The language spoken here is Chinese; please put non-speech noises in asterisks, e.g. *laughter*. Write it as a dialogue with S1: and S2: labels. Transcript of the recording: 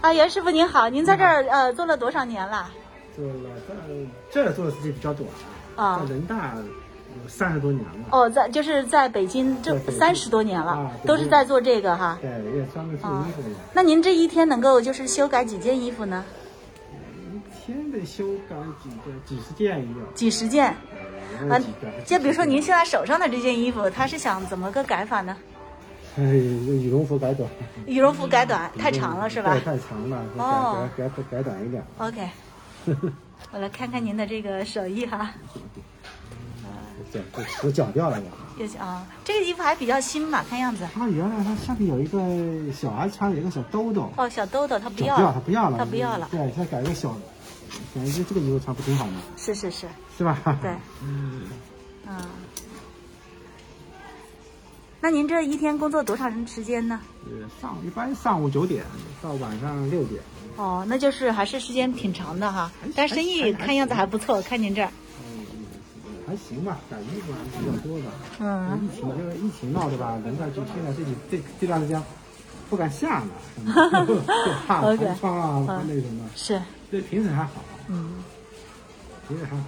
S1: 啊，袁师傅您好，您在这儿呃做了多少年了？
S2: 做了大这儿做的时间比较短，
S1: 啊
S2: 在人大有三十多年了。
S1: 哦，在就是在北京这
S2: 在北京
S1: 三十多年了
S2: 啊，对
S1: 都是在做这个哈。
S2: 对，也专门做衣服的，
S1: 那您这一天能够就是修改几件衣服呢？
S2: 一天得修改几个几十件也有，
S1: 几十件？
S2: 呃
S1: 啊
S2: 几个。，
S1: 就比如说您现在手上的这件衣服，他是想怎么个改法呢？
S2: 哎，羽绒服改短，哎
S1: 羽绒服改短太长了是吧
S2: 对，太长了，
S1: 哦
S2: 改改改改短
S1: *laughs*
S2: 一点。
S1: ？OK，我来看看您的这个手艺哈，
S2: 剪都都绞掉了吧？
S1: 也行啊，这个衣服还比较新嘛，看样子。
S2: 它原来它下面有一个小孩穿的一个小兜兜，
S1: 哦，小兜兜他不
S2: 绞
S1: 要
S2: 掉
S1: 了，
S2: 它不要了，
S1: 他不要了，
S2: 对，现在改个小，感觉这个衣服穿不挺好吗？
S1: 是是是，
S2: 是吧？ *laughs*
S1: 对，嗯。那您这一天工作多长时间呢？
S2: 呃，上一般上午九点到晚上六点，
S1: 哦，那就是还是时间挺长的哈
S2: 还，
S1: 但生意
S2: 还还还
S1: 看样子还不错。看您这儿，
S2: 嗯，还行吧，改衣服还是比较多的。
S1: 嗯，
S2: 疫情这个疫情闹的吧，人在就现在这几这这段时间不敢下了，怕
S1: *laughs*
S2: *laughs*
S1: OK
S2: 寒窗啊，怕那什么。
S1: 是，
S2: 对，平时还好，啊
S1: 嗯，
S2: 平时还好。